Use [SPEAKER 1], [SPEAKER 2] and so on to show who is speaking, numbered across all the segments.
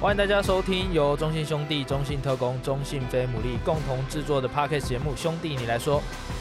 [SPEAKER 1] 欢迎大家收听由中信兄弟、中信特工、中信飞牡蛎共同制作的 Podcast 节目《兄弟你来说》。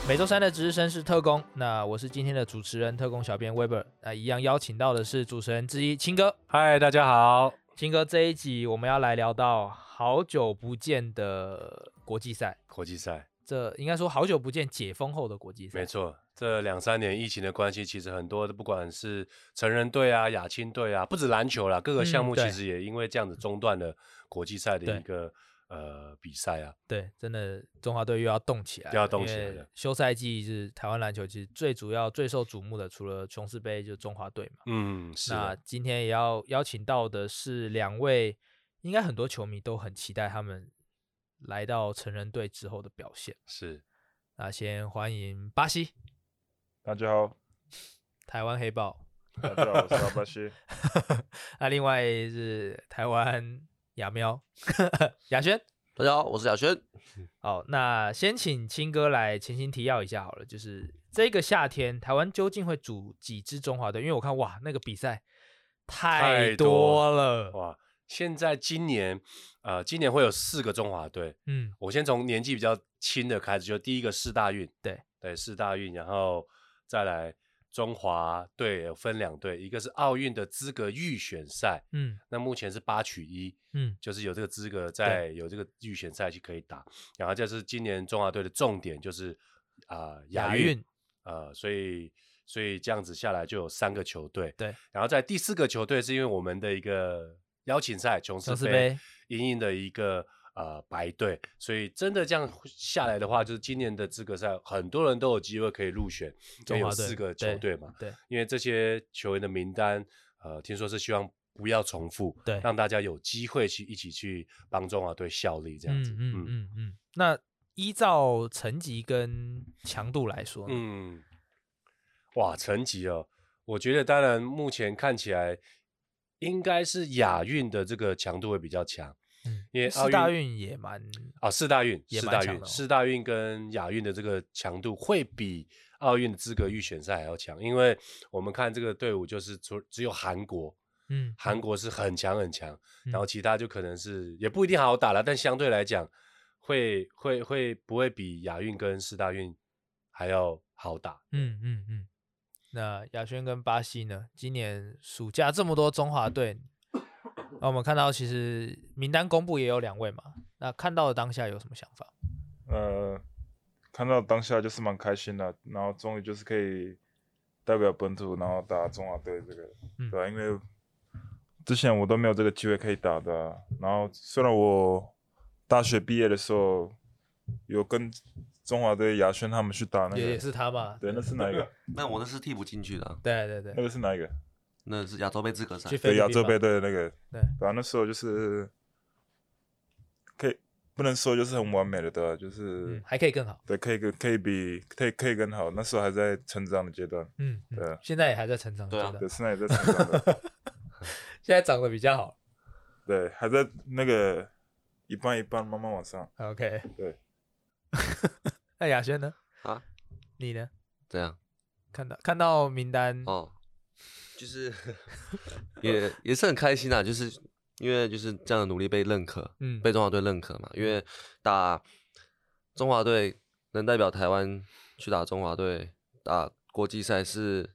[SPEAKER 1] 每周三的值日生是特工，那我是今天的主持人特工小编 Weber，那一样邀请到的是主持人之一青哥。
[SPEAKER 2] 嗨，大家好。
[SPEAKER 1] 青哥，这一集我们要来聊到好久不见的国际赛，
[SPEAKER 2] 国际赛，
[SPEAKER 1] 这应该说好久不见解封后的国际赛。
[SPEAKER 2] 没错，这两三年疫情的关系，其实很多的不管是成人队啊、亚青队啊，不止篮球啦，各个项
[SPEAKER 1] 嗯
[SPEAKER 2] 目
[SPEAKER 1] 对
[SPEAKER 2] 其实也因为这样子中断了国际赛
[SPEAKER 1] 对
[SPEAKER 2] 的一个呃比赛啊。
[SPEAKER 1] 对，真的中华队又要动起来了，
[SPEAKER 2] 又要动起来
[SPEAKER 1] 因为
[SPEAKER 2] 了
[SPEAKER 1] 休赛季是台湾篮球其实最主要、最受瞩目的，除了琼斯杯就是中华队嘛。
[SPEAKER 2] 嗯，是
[SPEAKER 1] 那
[SPEAKER 2] 啊，
[SPEAKER 1] 今天也要邀请到的是两位，应该很多球迷都很期待他们来到成人队之后的表现。
[SPEAKER 2] 是
[SPEAKER 1] 那先欢迎巴西
[SPEAKER 3] 大家好，
[SPEAKER 1] 台湾黑豹，
[SPEAKER 3] 大家好，我是阿巴西。
[SPEAKER 1] 那另外是台湾亚喵 亚轩。
[SPEAKER 4] 大家好，我是亚轩。
[SPEAKER 1] 好，那先请青哥来前情提要一下好了，就是这个夏天台湾究竟会组几支中华队？因为我看哇，那个比赛太
[SPEAKER 2] 太多
[SPEAKER 1] 了，
[SPEAKER 2] 哇。现在今年呃，今年会有四个中华队。
[SPEAKER 1] 嗯，
[SPEAKER 2] 我先从年纪比较轻的开始，就第一个四大运，
[SPEAKER 1] 对
[SPEAKER 2] 对，四大运，然后再来中华队有分两队，一个是奥运的资格预选赛，
[SPEAKER 1] 嗯
[SPEAKER 2] 那目前是八取一，
[SPEAKER 1] 嗯
[SPEAKER 2] 就是有这个资格在有这个预选赛去可以打，然后这是今年中华队的重点，就是啊、呃亚
[SPEAKER 1] 亚
[SPEAKER 2] 运
[SPEAKER 1] 运
[SPEAKER 2] 呃，所以所以这样子下来就有三个球队，
[SPEAKER 1] 对，
[SPEAKER 2] 然后在第四个球队是因为我们的一个邀请赛琼斯
[SPEAKER 1] 琼斯
[SPEAKER 2] 杯
[SPEAKER 1] 杯，
[SPEAKER 2] 莹莹的一个呃白队，所以真的这样下来的话，就是今年的资格赛很多人都有机会可以入选，因
[SPEAKER 1] 中
[SPEAKER 2] 为有
[SPEAKER 1] 华队
[SPEAKER 2] 四个球
[SPEAKER 1] 对
[SPEAKER 2] 队嘛，
[SPEAKER 1] 对
[SPEAKER 2] 因为这些球员的名单，呃，听说是希望不要重复，
[SPEAKER 1] 对
[SPEAKER 2] 让大家有机会去一起去帮中华队效力这样子，
[SPEAKER 1] 嗯嗯
[SPEAKER 2] 嗯
[SPEAKER 1] 嗯嗯。那依照成绩跟强度来说呢，
[SPEAKER 2] 嗯，哇，成绩哦，我觉得当然目前看起来应该是亚运的这个强度会比较强，
[SPEAKER 1] 嗯，
[SPEAKER 2] 因为奥
[SPEAKER 1] 四大
[SPEAKER 2] 运
[SPEAKER 1] 运也蛮
[SPEAKER 2] 啊，四大运、
[SPEAKER 1] 也
[SPEAKER 2] 四
[SPEAKER 1] 蛮
[SPEAKER 2] 大
[SPEAKER 1] 强
[SPEAKER 2] 运、
[SPEAKER 1] 的哦
[SPEAKER 2] 四大运跟亚运的这个强度会比奥运的资格预选赛还要强，因为我们看这个队伍就是除只有韩国，
[SPEAKER 1] 嗯
[SPEAKER 2] 韩国是很强很强，然后
[SPEAKER 1] 嗯
[SPEAKER 2] 其他就可能是也不一定好打了，但相对来讲会会会不会比亚运跟四大运还要好打？
[SPEAKER 1] 嗯嗯嗯。那亚轩跟巴西呢？今年暑假这么多中华队，那我们看到其实名单公布也有两位嘛。那看到的当下有什么想法？
[SPEAKER 3] 呃，看到当下就是蛮开心的，然后终于就是可以代表本土，然后打中华队这个，
[SPEAKER 1] 嗯
[SPEAKER 3] 对吧、因为之前我都没有这个机会可以打的啊、然后虽然我大学毕业的时候有跟中华队亚轩他们去打那
[SPEAKER 1] 也也
[SPEAKER 3] 个，
[SPEAKER 1] 是他嘛？
[SPEAKER 3] 对，那是哪 一个？
[SPEAKER 4] 那我那是替补进去的啊，
[SPEAKER 1] 对对对
[SPEAKER 3] 那个是哪一个？
[SPEAKER 4] 那是亚洲杯资格赛
[SPEAKER 1] 去。菲
[SPEAKER 3] 对，
[SPEAKER 1] 律
[SPEAKER 3] 亚
[SPEAKER 1] 宾
[SPEAKER 3] 洲
[SPEAKER 1] 嘛
[SPEAKER 3] 杯队的那个。
[SPEAKER 1] 对
[SPEAKER 3] 对啊，那时候就是可以不能说就是很完美的，对吧、就是。
[SPEAKER 1] 嗯，还可以更好。
[SPEAKER 3] 对，可以跟可以比可以可以更好。那时候还在成长的阶段，
[SPEAKER 1] 嗯，嗯
[SPEAKER 3] 对
[SPEAKER 1] 现在也还在成长阶
[SPEAKER 4] 对啊
[SPEAKER 1] 段，
[SPEAKER 3] 对，现在也在成长的，
[SPEAKER 1] 现在长得比较好。
[SPEAKER 3] 对，还在那个一半一半慢慢往上。
[SPEAKER 1] OK，
[SPEAKER 3] 对。
[SPEAKER 1] 那亚轩呢？
[SPEAKER 4] 啊？
[SPEAKER 1] 你呢？
[SPEAKER 4] 怎样？
[SPEAKER 1] 看到看到名单，
[SPEAKER 4] 哦，就是也也是很开心啊，就是因为就是这样的努力被认可，
[SPEAKER 1] 嗯
[SPEAKER 4] 被中华队认可嘛。因为打中华队能代表台湾去打中华队打国际赛是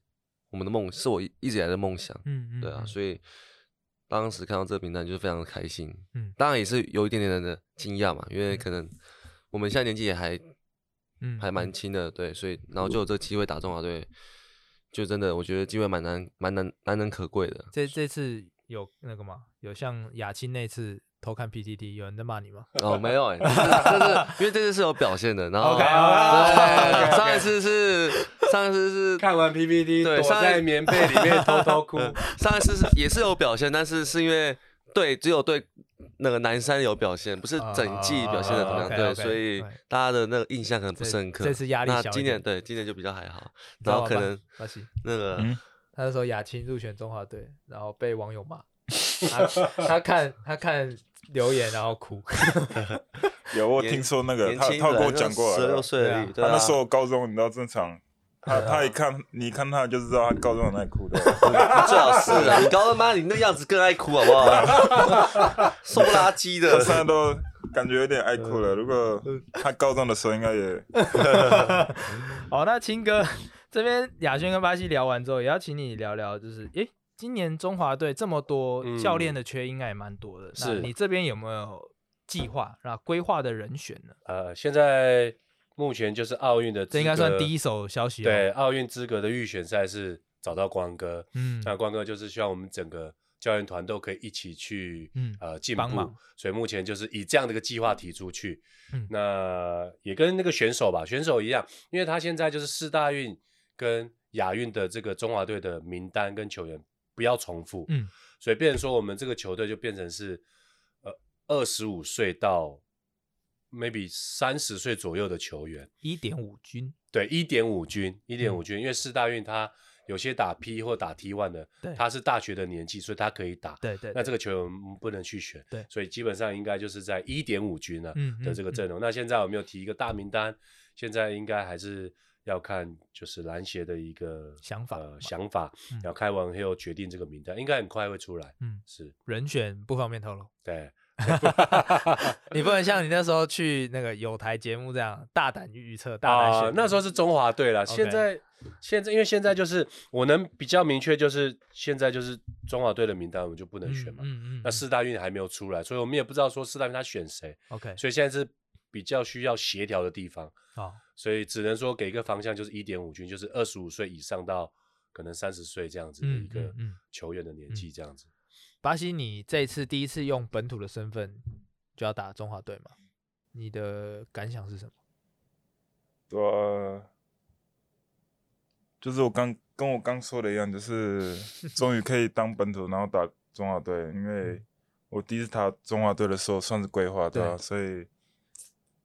[SPEAKER 4] 我们的梦，是我一一直以来的梦想。
[SPEAKER 1] 嗯嗯，
[SPEAKER 4] 对啊，
[SPEAKER 1] 嗯
[SPEAKER 4] 所以当时看到这个名单就是非常的开心，
[SPEAKER 1] 嗯
[SPEAKER 4] 当然也是有一点点的惊讶嘛，因为可能我们现在年纪也还
[SPEAKER 1] 嗯哦
[SPEAKER 4] 还蛮轻的，对，所以然后就有这个机会打中华队，就真的我觉得机会蛮难蛮难难能可贵的，
[SPEAKER 1] 这这次有那个吗？有像雅青那次偷看 PTT，有人在骂你吗？
[SPEAKER 4] 哦，没有哎、欸，这是因为这次是有表现的，然后
[SPEAKER 1] OK，OK，OK，OK
[SPEAKER 4] 对，上一次是上一次是
[SPEAKER 2] 看完 PPT，
[SPEAKER 4] 对
[SPEAKER 2] 躲
[SPEAKER 4] 上一
[SPEAKER 2] 在棉被里面偷偷哭。
[SPEAKER 4] 上一次是也是有表现，但是是因为对只有对那个南山有表现，不是整季表现的怎么样，
[SPEAKER 1] 啊
[SPEAKER 4] 对，
[SPEAKER 1] OK，OK，
[SPEAKER 4] 所以
[SPEAKER 1] 对
[SPEAKER 4] 大家的那个印象可能不深刻。
[SPEAKER 1] 这这次压力小一
[SPEAKER 4] 那
[SPEAKER 1] 点
[SPEAKER 4] 今年对今年就比较还好，
[SPEAKER 1] 你知
[SPEAKER 4] 然
[SPEAKER 1] 道
[SPEAKER 4] 后
[SPEAKER 1] 吗
[SPEAKER 4] 可能
[SPEAKER 1] 巴巴西
[SPEAKER 4] 那个
[SPEAKER 3] 嗯
[SPEAKER 1] 他那时候雅青入选中华队，然后被网友骂，他他看他看留言然后哭，
[SPEAKER 3] 有我
[SPEAKER 4] 年
[SPEAKER 3] 听说那个
[SPEAKER 4] 年
[SPEAKER 3] 他
[SPEAKER 4] 轻
[SPEAKER 3] 他有跟我
[SPEAKER 4] 人
[SPEAKER 3] 讲过
[SPEAKER 4] 十
[SPEAKER 3] 了
[SPEAKER 4] 六，岁而已，
[SPEAKER 3] 他
[SPEAKER 4] 对啊
[SPEAKER 3] 那时候高中你知道正常他他一看你一看他就知道他高中很爱哭 的，
[SPEAKER 4] 最好是啊，你高二妈你那样子更爱哭好不好？ 收垃圾
[SPEAKER 3] 他
[SPEAKER 4] 的
[SPEAKER 3] 现，在都感觉有点爱 哭了。如果他高中的时候应该也
[SPEAKER 1] 好，那青哥这边亚轩跟巴西聊完之后，也要请你聊聊，就是诶，今年中华队这么多
[SPEAKER 2] 嗯
[SPEAKER 1] 教练的缺，应该也蛮多的。那
[SPEAKER 2] 是
[SPEAKER 1] 你这边有没有计划，那规划的人选呢？
[SPEAKER 2] 呃，现在目前就是奥运的资格，
[SPEAKER 1] 这应该算第一手消息哦
[SPEAKER 2] 对，奥运资格的预选赛是找到光哥，
[SPEAKER 1] 嗯
[SPEAKER 2] 那光哥就是希望我们整个教练团都可以一起去，
[SPEAKER 1] 嗯
[SPEAKER 2] 呃，进
[SPEAKER 1] 帮忙
[SPEAKER 2] 步。所以目前就是以这样的一个计划提出去。
[SPEAKER 1] 嗯
[SPEAKER 2] 那也跟那个选手吧，选手一样，因为他现在就是四大运跟亚运的这个中华队的名单跟球员不要重复，
[SPEAKER 1] 嗯，
[SPEAKER 2] 所以变成说我们这个球队就变成是呃二十五岁到 maybe 三十岁左右的球员。
[SPEAKER 1] 一点五军，
[SPEAKER 2] 对，一点五军，一
[SPEAKER 1] 嗯
[SPEAKER 2] 点五军，因为四大运他有些打 P 或打 T one 的
[SPEAKER 1] 对，
[SPEAKER 2] 他是大学的年纪，所以他可以打。
[SPEAKER 1] 对对
[SPEAKER 2] 那
[SPEAKER 1] 个
[SPEAKER 2] 这个球员我们不能去选，
[SPEAKER 1] 对
[SPEAKER 2] 所以基本上应该就是在一点五军啊
[SPEAKER 1] 嗯
[SPEAKER 2] 的这个
[SPEAKER 1] 嗯嗯
[SPEAKER 2] 阵容。那现在有没有提一个大名单？现在应该还是要看就是篮协的一个
[SPEAKER 1] 想法嘛
[SPEAKER 2] 呃、想法
[SPEAKER 1] 嗯，
[SPEAKER 2] 然后开完会后决定这个名单，应该很快会出来。
[SPEAKER 1] 嗯
[SPEAKER 2] 是
[SPEAKER 1] 人选不方便透 露，
[SPEAKER 2] 对，
[SPEAKER 1] 你不能像你那时候去那个有台节目这样大胆预测、大胆
[SPEAKER 2] 啊、
[SPEAKER 1] 选、
[SPEAKER 2] 那时候是中华队啦，
[SPEAKER 1] OK
[SPEAKER 2] 现在现在因为现在就是我能比较明确，就是现在就是中华队的名单我们就不能选嘛。
[SPEAKER 1] 嗯嗯嗯，
[SPEAKER 2] 那四大运还没有出来，所以我们也不知道说四大运他选谁，
[SPEAKER 1] OK，
[SPEAKER 2] 所以现在是比较需要协调的地方，
[SPEAKER 1] 好，
[SPEAKER 2] 所以只能说给一个方向，就是一点五军，就是二十五岁以上到可能三十岁这样子的
[SPEAKER 1] 嗯
[SPEAKER 2] 一个
[SPEAKER 1] 嗯嗯
[SPEAKER 2] 球员的年纪这样子。
[SPEAKER 1] 巴西，你这一次第一次用本土的身份就要打中华队嘛？你的感想是什么？
[SPEAKER 3] 呃，就是我刚跟我刚说的一样，就是 终于可以当本土，然后打中华队。因为我第一次打中华队的时候算是规划对吧、
[SPEAKER 1] 嗯对
[SPEAKER 3] 所以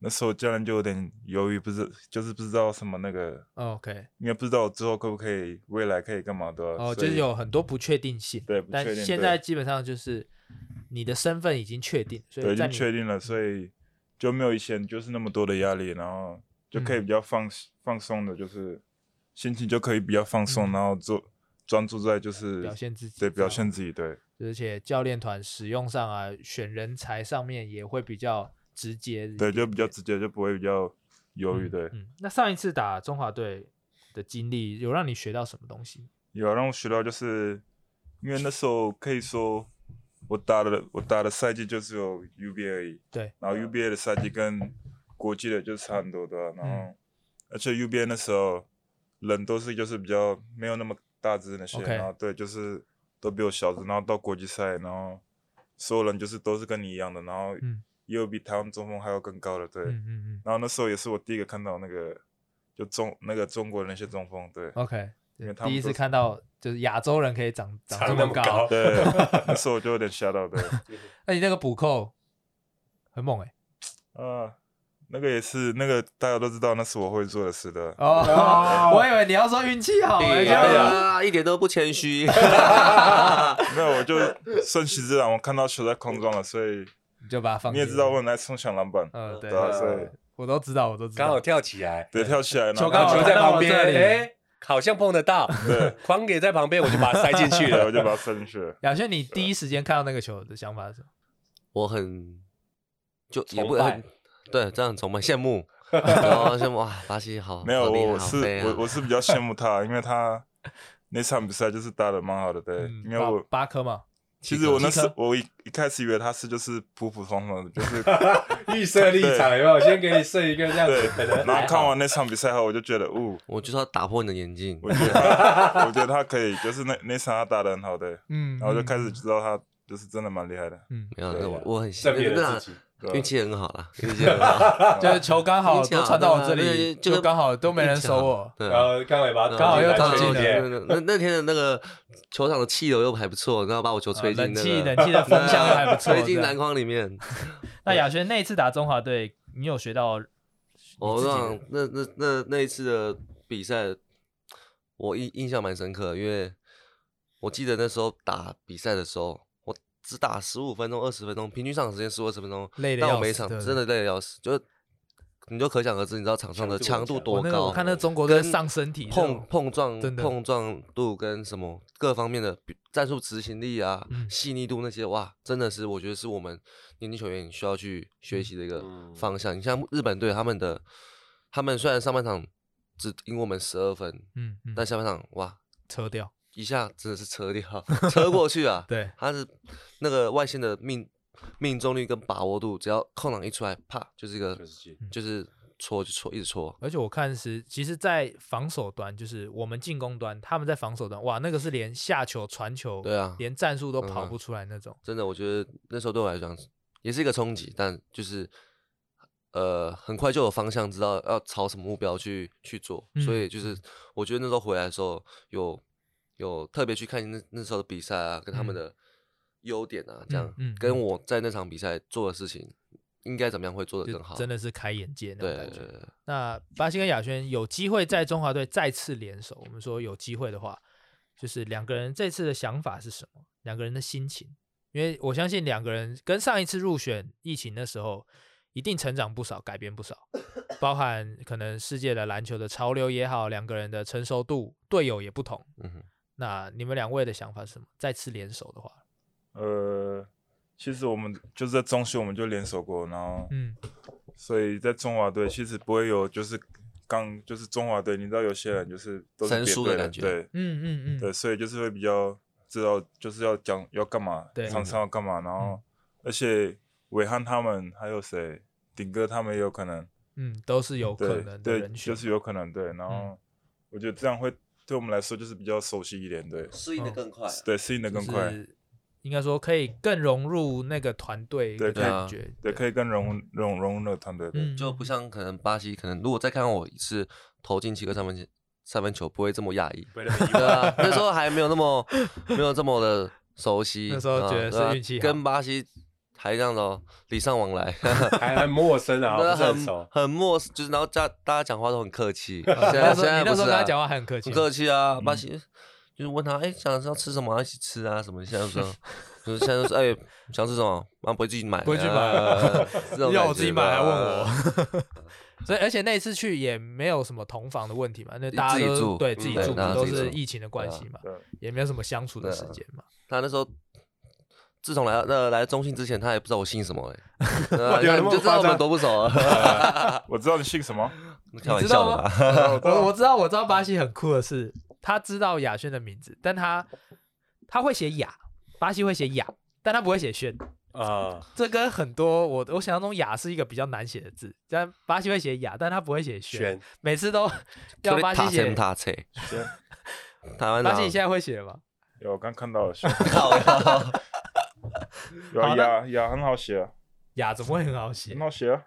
[SPEAKER 3] 那时候教练就有点犹豫，不知就是不知道什么那个，
[SPEAKER 1] OK，
[SPEAKER 3] 因为不知道之后可不可以未来可以干嘛对吧、
[SPEAKER 1] 哦，
[SPEAKER 3] 所
[SPEAKER 1] 就是
[SPEAKER 3] 以
[SPEAKER 1] 有很多不确定性，
[SPEAKER 3] 对不
[SPEAKER 1] 但
[SPEAKER 3] 确定
[SPEAKER 1] 现
[SPEAKER 3] 对
[SPEAKER 1] 在基本上就是你的身份已经确定，所
[SPEAKER 3] 对
[SPEAKER 1] 以
[SPEAKER 3] 已
[SPEAKER 1] 在
[SPEAKER 3] 经
[SPEAKER 1] 你嗯
[SPEAKER 3] 确定了，所以就没有以前就是那么多的压力，然后就可以
[SPEAKER 1] 嗯
[SPEAKER 3] 比较放、放松的，就是心情就可以比较放松，然后做专注在就
[SPEAKER 1] 嗯
[SPEAKER 3] 是
[SPEAKER 1] 表现自己
[SPEAKER 3] 对
[SPEAKER 1] 这样
[SPEAKER 3] 表现自己，对
[SPEAKER 1] 而且教练团使用上啊，选人才上面也会比较直接一点
[SPEAKER 3] 对
[SPEAKER 1] 点，
[SPEAKER 3] 就比较直接，就不会比较犹豫，
[SPEAKER 1] 嗯
[SPEAKER 3] 对，
[SPEAKER 1] 嗯，那上一次打中华队的经历有让你学到什么东西？
[SPEAKER 3] 有啊让我学到就是因为那时候可以说我打的我打的赛季就只有 UBA 而已，
[SPEAKER 1] 对，
[SPEAKER 3] 然后 UBA 的赛季跟国际的就差很多，对吧、然后、
[SPEAKER 1] 嗯
[SPEAKER 3] 而且 UBA 那时候人都是就是比较没有那么大只那些
[SPEAKER 1] OK
[SPEAKER 3] 然后对，就是都比我小只，然后到国际赛，然后所有人就是都是跟你一样的，然后
[SPEAKER 1] 嗯
[SPEAKER 3] 也有比台湾中锋还要更高的，对。
[SPEAKER 1] 嗯嗯嗯
[SPEAKER 3] 然后那时候也是我第一个看到那个就中那个中国的那些中锋，对。
[SPEAKER 1] ，OK，
[SPEAKER 3] 因为他们
[SPEAKER 1] 第一
[SPEAKER 3] 都
[SPEAKER 1] 次
[SPEAKER 3] 是
[SPEAKER 1] 看到就是亚洲人可以长长这
[SPEAKER 2] 长
[SPEAKER 1] 么
[SPEAKER 2] 那么
[SPEAKER 1] 高，
[SPEAKER 2] 高
[SPEAKER 3] 对，那时候我就有点吓到，对，
[SPEAKER 1] 哎那你那个补扣很猛哎、
[SPEAKER 3] 啊，那个也是，那个大家都知道，那是我会做的事的。
[SPEAKER 1] 哦， 我以为你要说运气好哎、
[SPEAKER 4] 哎
[SPEAKER 1] 结
[SPEAKER 3] 啊
[SPEAKER 1] 果
[SPEAKER 4] 呀，一点都不谦虚。
[SPEAKER 3] 没有，我就顺其自然，我看到球在空中了，所以
[SPEAKER 1] 你就把它放。
[SPEAKER 3] 你也知道我，很爱冲抢篮板，
[SPEAKER 1] 嗯，对，
[SPEAKER 3] 对啊，所以
[SPEAKER 2] 对
[SPEAKER 1] 我都知道，我都知道。
[SPEAKER 2] 刚好跳起来，
[SPEAKER 3] 得跳起来，然后
[SPEAKER 1] 球
[SPEAKER 2] 然
[SPEAKER 1] 刚
[SPEAKER 2] 后
[SPEAKER 1] 好
[SPEAKER 2] 球在旁边，
[SPEAKER 1] 来到我这里
[SPEAKER 2] 哎，好像碰得 到，狂给在旁边，我就把它塞进去
[SPEAKER 3] 对，
[SPEAKER 2] 了
[SPEAKER 3] 我。就把它塞进去了。
[SPEAKER 1] 亚轩，你第一时间看到那个球的想法是什么？
[SPEAKER 4] 我很就也不
[SPEAKER 2] 崇拜
[SPEAKER 4] 很对，这样很崇拜 羡慕，然后羡慕哇，巴西好，
[SPEAKER 3] 没有，
[SPEAKER 4] 好厉害
[SPEAKER 3] 我我
[SPEAKER 4] 好
[SPEAKER 3] 是
[SPEAKER 4] 飞啊
[SPEAKER 3] 我我是比较羡慕他，因为他那场比赛就是打的蛮好的，对，
[SPEAKER 1] 嗯
[SPEAKER 3] 因为我
[SPEAKER 1] 八八颗嘛，
[SPEAKER 3] 其实我那
[SPEAKER 1] 七
[SPEAKER 3] 时
[SPEAKER 1] 颗
[SPEAKER 3] 我一一开始以为他是就是普普通通的，就是
[SPEAKER 2] 预设立场有没有？先给你设一个这样子
[SPEAKER 3] 对，
[SPEAKER 2] 可能
[SPEAKER 3] 然
[SPEAKER 2] 还
[SPEAKER 3] 后
[SPEAKER 2] 好
[SPEAKER 1] 啊
[SPEAKER 3] 看完那场比赛后，我就觉得，哦呜、
[SPEAKER 4] 我就是要打破你的眼镜，
[SPEAKER 3] 我觉得他，我觉得他可以，就是那那场他打的很好，对，
[SPEAKER 1] 嗯，
[SPEAKER 3] 然后就开始知道他就是真的蛮厉害的。
[SPEAKER 1] 嗯，
[SPEAKER 4] 没有，
[SPEAKER 2] 对
[SPEAKER 4] 那
[SPEAKER 2] 啊
[SPEAKER 4] 我我很
[SPEAKER 2] 正面
[SPEAKER 4] 那
[SPEAKER 2] 的
[SPEAKER 4] 那
[SPEAKER 2] 自己。
[SPEAKER 4] 运气很好啦，运气很好，
[SPEAKER 1] 嗯， 就是球刚啊好
[SPEAKER 4] 运气好
[SPEAKER 1] 都传到我这里，
[SPEAKER 4] 对对就是
[SPEAKER 1] 就刚好都没人守我。
[SPEAKER 4] 对啊，
[SPEAKER 2] 然后刚尾巴
[SPEAKER 4] 然后
[SPEAKER 1] 刚好又
[SPEAKER 4] 刚
[SPEAKER 1] 投进
[SPEAKER 4] 好
[SPEAKER 1] 了
[SPEAKER 4] 那个那那天的那个球场的气流又还不错，然后把我球吹
[SPEAKER 1] 啊冷
[SPEAKER 4] 进那
[SPEAKER 1] 气
[SPEAKER 4] 个
[SPEAKER 1] 冷气的风向又还不错
[SPEAKER 4] 吹进
[SPEAKER 1] 这样
[SPEAKER 4] 篮筐 里面。
[SPEAKER 1] 那亚轩那一次打中华队，你有学到
[SPEAKER 4] 哦，
[SPEAKER 1] 自己
[SPEAKER 4] 那那那那那一次的比赛，我印印象蛮深刻的，因为我记得那时候打比赛的时候，我只打十五分钟、二十分钟，平均上场时间十五二十分钟，
[SPEAKER 1] 累得
[SPEAKER 4] 但
[SPEAKER 1] 要
[SPEAKER 4] 我每
[SPEAKER 1] 死
[SPEAKER 4] 场
[SPEAKER 1] 对
[SPEAKER 4] 真的累得要死，就是你就可想而知，你知道场上的强
[SPEAKER 2] 强度
[SPEAKER 4] 度
[SPEAKER 1] 我
[SPEAKER 2] 很强
[SPEAKER 1] 那
[SPEAKER 4] 多
[SPEAKER 1] 个
[SPEAKER 4] 高
[SPEAKER 1] 我，看那中国队
[SPEAKER 4] 跟
[SPEAKER 1] 上身体
[SPEAKER 4] 碰，碰撞
[SPEAKER 1] 真的
[SPEAKER 4] 碰撞度跟什么各方面的比战术执行力啊、
[SPEAKER 1] 嗯
[SPEAKER 4] 细腻度那些，哇，真的是我觉得是我们年轻球员需要去学习的一个
[SPEAKER 2] 嗯
[SPEAKER 4] 方向。你像日本队他们的，他们虽然上半场只赢我们十二分，
[SPEAKER 1] 嗯嗯，
[SPEAKER 4] 但下半场哇
[SPEAKER 1] 扯掉，
[SPEAKER 4] 一下真的是 车掉，车过去啊！
[SPEAKER 1] 对，
[SPEAKER 4] 他是那个外线的命命中率跟把握度，只要空档一出来，啪就是一个
[SPEAKER 2] 就是进
[SPEAKER 1] 嗯
[SPEAKER 4] 就是戳就戳，一直戳。
[SPEAKER 1] 而且我看是，其实，在防守端就是我们进攻端，他们在防守端，哇，那个是连下球、传球，
[SPEAKER 4] 对啊
[SPEAKER 1] 连战术都跑
[SPEAKER 4] 嗯
[SPEAKER 1] 不出来那种。
[SPEAKER 4] 真的，我觉得那时候对我来讲也是一个冲击，但就是呃，很快就有方向，知道要朝什么目标去去做，所
[SPEAKER 1] 嗯
[SPEAKER 4] 以就是我觉得那时候回来的时候，有有特别去看那那时候的比赛啊，跟他们
[SPEAKER 1] 嗯
[SPEAKER 4] 的优点啊，这样、
[SPEAKER 1] 嗯嗯
[SPEAKER 4] 跟我在那场比赛做的事情应该怎么样会做得
[SPEAKER 1] 就
[SPEAKER 4] 更好，
[SPEAKER 1] 真的是开眼界那种
[SPEAKER 4] 对
[SPEAKER 1] 感觉。
[SPEAKER 4] 对对
[SPEAKER 1] 那巴西跟亚轩有机会在中华队再次联手，我们说有机会的话，就是两个人这次的想法是什么？两个人的心情，因为我相信两个人跟上一次入选疫情的时候，一定成长不少，改变不少，包含可能世界的篮球的潮流也好，两个人的成熟度、队友也不同。
[SPEAKER 4] 嗯哼。
[SPEAKER 1] 那你们两位的想法是什么？再次联手的话，
[SPEAKER 3] 呃，其实我们就是在中学我们就联手过，然后
[SPEAKER 1] 嗯
[SPEAKER 3] 所以在中华队其实不会有就是刚就是中华队，你知道有些人就是都是
[SPEAKER 4] 生
[SPEAKER 3] 别
[SPEAKER 4] 疏的
[SPEAKER 3] 队
[SPEAKER 4] 感
[SPEAKER 3] 人，
[SPEAKER 4] 觉
[SPEAKER 3] 对
[SPEAKER 1] 嗯嗯
[SPEAKER 3] 对，
[SPEAKER 1] 嗯，
[SPEAKER 3] 所以就是会比较知道就是要讲要干嘛
[SPEAKER 1] 对，
[SPEAKER 3] 场上要干嘛，然
[SPEAKER 4] 嗯
[SPEAKER 3] 后而且伟汉他们还有谁，顶哥他们也有可能，
[SPEAKER 1] 嗯，都是有可
[SPEAKER 3] 对
[SPEAKER 1] 能的
[SPEAKER 3] 对，
[SPEAKER 1] 人选，
[SPEAKER 3] 就是有可能对，然
[SPEAKER 1] 嗯
[SPEAKER 3] 后我觉得这样会对我们来说就是比较熟悉一点，对
[SPEAKER 4] 适应
[SPEAKER 1] 得嗯
[SPEAKER 4] 的更
[SPEAKER 2] 啊
[SPEAKER 4] 快啊
[SPEAKER 3] 对，适应的更快
[SPEAKER 1] 就，是应该说可以更融入那个团队
[SPEAKER 3] 对
[SPEAKER 1] 的
[SPEAKER 3] 可以
[SPEAKER 1] 感觉，
[SPEAKER 3] 对，可以更融融融入那个团队，对
[SPEAKER 1] 嗯，
[SPEAKER 4] 就不像可能巴西，可能如果再看我一次投进七个三分球，三分球不会这么讶异。
[SPEAKER 2] 被那个意
[SPEAKER 4] 对
[SPEAKER 2] 外
[SPEAKER 4] 啊，那时候还没有那么没有这么的熟悉，
[SPEAKER 1] 那时候觉得
[SPEAKER 4] 啊对啊
[SPEAKER 1] 是运气好
[SPEAKER 4] 跟巴西还这样的哦，礼尚往 来，
[SPEAKER 2] 还很陌生啊，不
[SPEAKER 4] 那
[SPEAKER 2] 是很
[SPEAKER 4] 很
[SPEAKER 2] 熟。
[SPEAKER 4] 很陌生，就是然后大大家讲话都很客 气。现
[SPEAKER 1] 你哦那
[SPEAKER 4] 在
[SPEAKER 1] 时候
[SPEAKER 4] 现在
[SPEAKER 1] 你那
[SPEAKER 4] 不
[SPEAKER 1] 时
[SPEAKER 4] 是
[SPEAKER 1] 候跟他讲
[SPEAKER 4] 啊，
[SPEAKER 1] 话很客气嗯
[SPEAKER 4] 很
[SPEAKER 1] 吗，
[SPEAKER 4] 客气啊，巴西就是问他，哎，想要吃什么啊，一起吃啊什么，现在 不是啊。就是现在就是哎，想吃什么？啊，不会自己买，
[SPEAKER 1] 不会去买
[SPEAKER 4] 啊， 这种
[SPEAKER 1] 要
[SPEAKER 4] 感
[SPEAKER 1] 我自己
[SPEAKER 4] 觉
[SPEAKER 1] 买
[SPEAKER 4] 啊吧
[SPEAKER 1] 还问我，所以而且那一次去也没有什么同房的问题嘛，那大家
[SPEAKER 4] 自己
[SPEAKER 1] 都
[SPEAKER 4] 住
[SPEAKER 1] 对
[SPEAKER 2] 嗯
[SPEAKER 1] 自己
[SPEAKER 2] 对
[SPEAKER 1] 住
[SPEAKER 2] 大家
[SPEAKER 1] 都
[SPEAKER 4] 自己
[SPEAKER 1] 是
[SPEAKER 4] 住
[SPEAKER 1] 疫情的关系嘛，
[SPEAKER 3] 对。啊
[SPEAKER 1] 也没有什么相处的
[SPEAKER 4] 对
[SPEAKER 1] 时
[SPEAKER 4] 啊
[SPEAKER 1] 间嘛，
[SPEAKER 4] 他那时候，自从来到那来中信之前，他也不知道我姓什 么哎、欸对啊，
[SPEAKER 3] 有
[SPEAKER 4] 你
[SPEAKER 3] 那么
[SPEAKER 4] 就知道我
[SPEAKER 3] 夸张
[SPEAKER 4] 们多不熟啊，
[SPEAKER 3] 我知道你姓 什么，
[SPEAKER 4] 开
[SPEAKER 1] 你
[SPEAKER 4] 玩
[SPEAKER 1] 知
[SPEAKER 4] 笑
[SPEAKER 1] 道
[SPEAKER 4] 的
[SPEAKER 1] 吗
[SPEAKER 4] 啦。？
[SPEAKER 1] 我我知道我知道巴西很酷的是，他知道雅轩的名字，但他他会写雅，巴西会写雅，但他不会写轩。
[SPEAKER 2] 啊，
[SPEAKER 1] 这跟很多我我想象中雅是一个比较难写的字，但巴西会写雅，但他不会写轩，
[SPEAKER 2] 选
[SPEAKER 1] 每次都要巴西写。
[SPEAKER 4] 塔切，
[SPEAKER 3] 轩
[SPEAKER 4] 台湾
[SPEAKER 1] 巴西你
[SPEAKER 4] 人啊
[SPEAKER 1] 现在会写了吗？
[SPEAKER 3] 有我刚看到 了，轩
[SPEAKER 4] 靠呀，
[SPEAKER 3] 有
[SPEAKER 1] 好
[SPEAKER 3] 啊
[SPEAKER 1] 那
[SPEAKER 3] 雅雅很好写啊，
[SPEAKER 1] 雅怎么会很好写
[SPEAKER 3] 很？好写啊，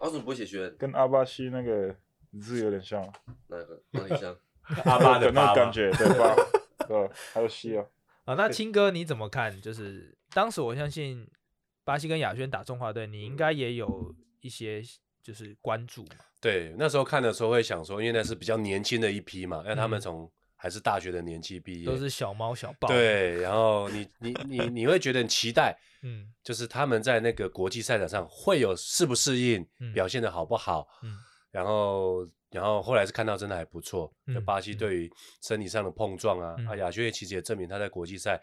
[SPEAKER 4] 为什么不会写轩？
[SPEAKER 3] 跟阿巴西那个字有点像啊，
[SPEAKER 4] 哪个？哪 里像？
[SPEAKER 2] 阿爸的
[SPEAKER 3] 有那
[SPEAKER 2] 爸爸
[SPEAKER 3] 个感，觉，对 吧？对，还有西啊，
[SPEAKER 1] 啊，那青哥你怎么看？就是当时我相信巴西跟雅轩打中华队，你应该也有一些就是关注嘛。
[SPEAKER 2] 对，那时候看的时候会想说，因为那是比较年轻的一批嘛，那他们
[SPEAKER 1] 嗯
[SPEAKER 2] 从还是大学的年纪毕业，
[SPEAKER 1] 都是啊小猫小豹。，
[SPEAKER 2] 对，然后你你你你会觉得很期待，
[SPEAKER 1] 嗯
[SPEAKER 2] 就是他们在那个国际赛场上会有适不适应，
[SPEAKER 1] 嗯
[SPEAKER 2] 表现的好不好，
[SPEAKER 1] 嗯
[SPEAKER 2] 然后然后后来是看到真的还不错，就
[SPEAKER 1] 嗯
[SPEAKER 2] 巴西
[SPEAKER 1] 嗯
[SPEAKER 2] 对于身体上的碰撞啊，啊
[SPEAKER 1] 嗯
[SPEAKER 2] 亚轩也其实也证明他在国际赛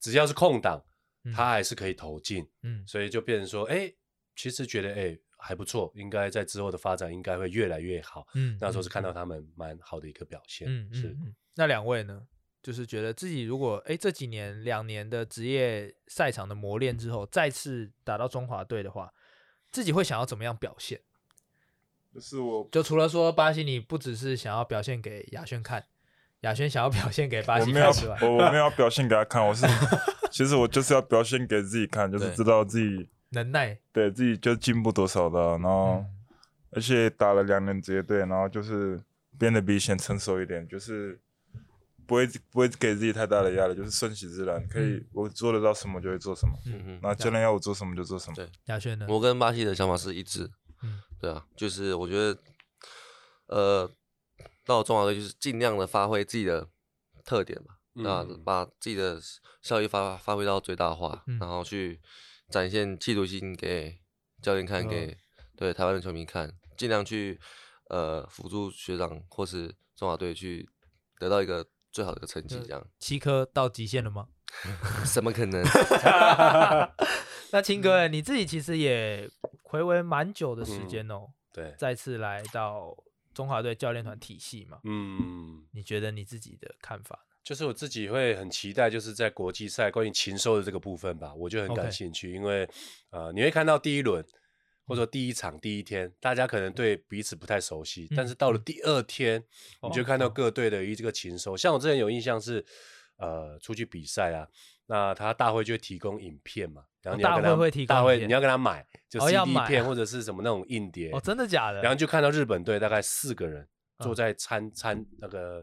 [SPEAKER 2] 只要是空档，
[SPEAKER 1] 嗯
[SPEAKER 2] 他还是可以投进，
[SPEAKER 1] 嗯
[SPEAKER 2] 所以就变成说，哎，其实觉得哎还不错，应该在之后的发展应该会越来越好。
[SPEAKER 1] 嗯，
[SPEAKER 2] 那时候是
[SPEAKER 1] 嗯
[SPEAKER 2] 看到他们蛮好的一个表现，
[SPEAKER 1] 嗯
[SPEAKER 2] 是。
[SPEAKER 1] 嗯嗯那两位呢？就是觉得自己如果哎这几年两年的职业赛场的磨练之后，再次打到中华队的话，自己会想要怎么样表现？
[SPEAKER 3] 就是我
[SPEAKER 1] 就除了说巴西，你不只是想要表现给亚轩看，亚轩想要表现给巴
[SPEAKER 3] 我
[SPEAKER 1] 西
[SPEAKER 3] 没有
[SPEAKER 1] 看之外，
[SPEAKER 3] 我我没有要表现给他看，我是其实我就是要表现给自己看，就是
[SPEAKER 4] 对
[SPEAKER 3] 知道自己
[SPEAKER 1] 能耐，
[SPEAKER 3] 对自己就进步多少的，啊然后
[SPEAKER 1] 嗯
[SPEAKER 3] 而且打了两年职业队，然后就是变得比以前成熟一点，就是。不会不会给自己太大的压力，就是顺其自然，可以、
[SPEAKER 1] 嗯
[SPEAKER 3] 我做得到什么就会做什么，
[SPEAKER 4] 嗯哼，
[SPEAKER 3] 那教练要我做什么就做什么。
[SPEAKER 4] 对
[SPEAKER 1] 亚轩呢？
[SPEAKER 4] 嗯我跟巴西的想法是一致。
[SPEAKER 1] 嗯
[SPEAKER 4] 对啊，就是我觉得，呃，到中华队就是尽量的发挥自己的特点吧，那
[SPEAKER 2] 嗯
[SPEAKER 4] 把自己的效益发发挥到最大化，
[SPEAKER 1] 嗯
[SPEAKER 4] 然后去展现企图心给教练看，
[SPEAKER 1] 嗯
[SPEAKER 4] 给对台湾的球迷看，尽量去呃辅助学长或是中华队去得到一个最好的成
[SPEAKER 1] 呃
[SPEAKER 4] 绩，这样
[SPEAKER 1] 七颗到极限了 吗？
[SPEAKER 4] 怎么可能？
[SPEAKER 1] 那青
[SPEAKER 2] 嗯
[SPEAKER 1] 哥，你自己其实也回违蛮久的时间哦，
[SPEAKER 2] 对，
[SPEAKER 1] 再次来到中华队教练团体系嘛，
[SPEAKER 2] 嗯，
[SPEAKER 1] 你觉得你自己的看法呢？
[SPEAKER 2] 就是我自己会很期待，就是在国际赛关于禽兽的这个部分吧，我就很
[SPEAKER 1] OK
[SPEAKER 2] 感兴趣因为呃，你会看到第一轮或者说第一场第一天，大家可能对彼此不太熟悉，但
[SPEAKER 1] 嗯
[SPEAKER 2] 是到了
[SPEAKER 1] 嗯
[SPEAKER 2] 第二天，你就
[SPEAKER 1] 哦
[SPEAKER 2] 看到
[SPEAKER 1] 哦
[SPEAKER 2] 各队的一这个禽兽。像我之前有印象是，呃，出去比赛啊，那他大会就会提供影片嘛，然后你
[SPEAKER 1] 哦
[SPEAKER 2] 要
[SPEAKER 1] 大会
[SPEAKER 2] 跟他
[SPEAKER 1] 会提
[SPEAKER 2] 大
[SPEAKER 1] 供
[SPEAKER 2] 会
[SPEAKER 1] 影片
[SPEAKER 2] 你要跟他买就
[SPEAKER 1] 哦要
[SPEAKER 2] CD
[SPEAKER 1] 买
[SPEAKER 2] 片
[SPEAKER 1] 啊
[SPEAKER 2] 或者是什么那种硬碟
[SPEAKER 1] 哦，真的假的？
[SPEAKER 2] 然后就看到日本队大概四个人坐
[SPEAKER 1] 嗯
[SPEAKER 2] 在餐餐那个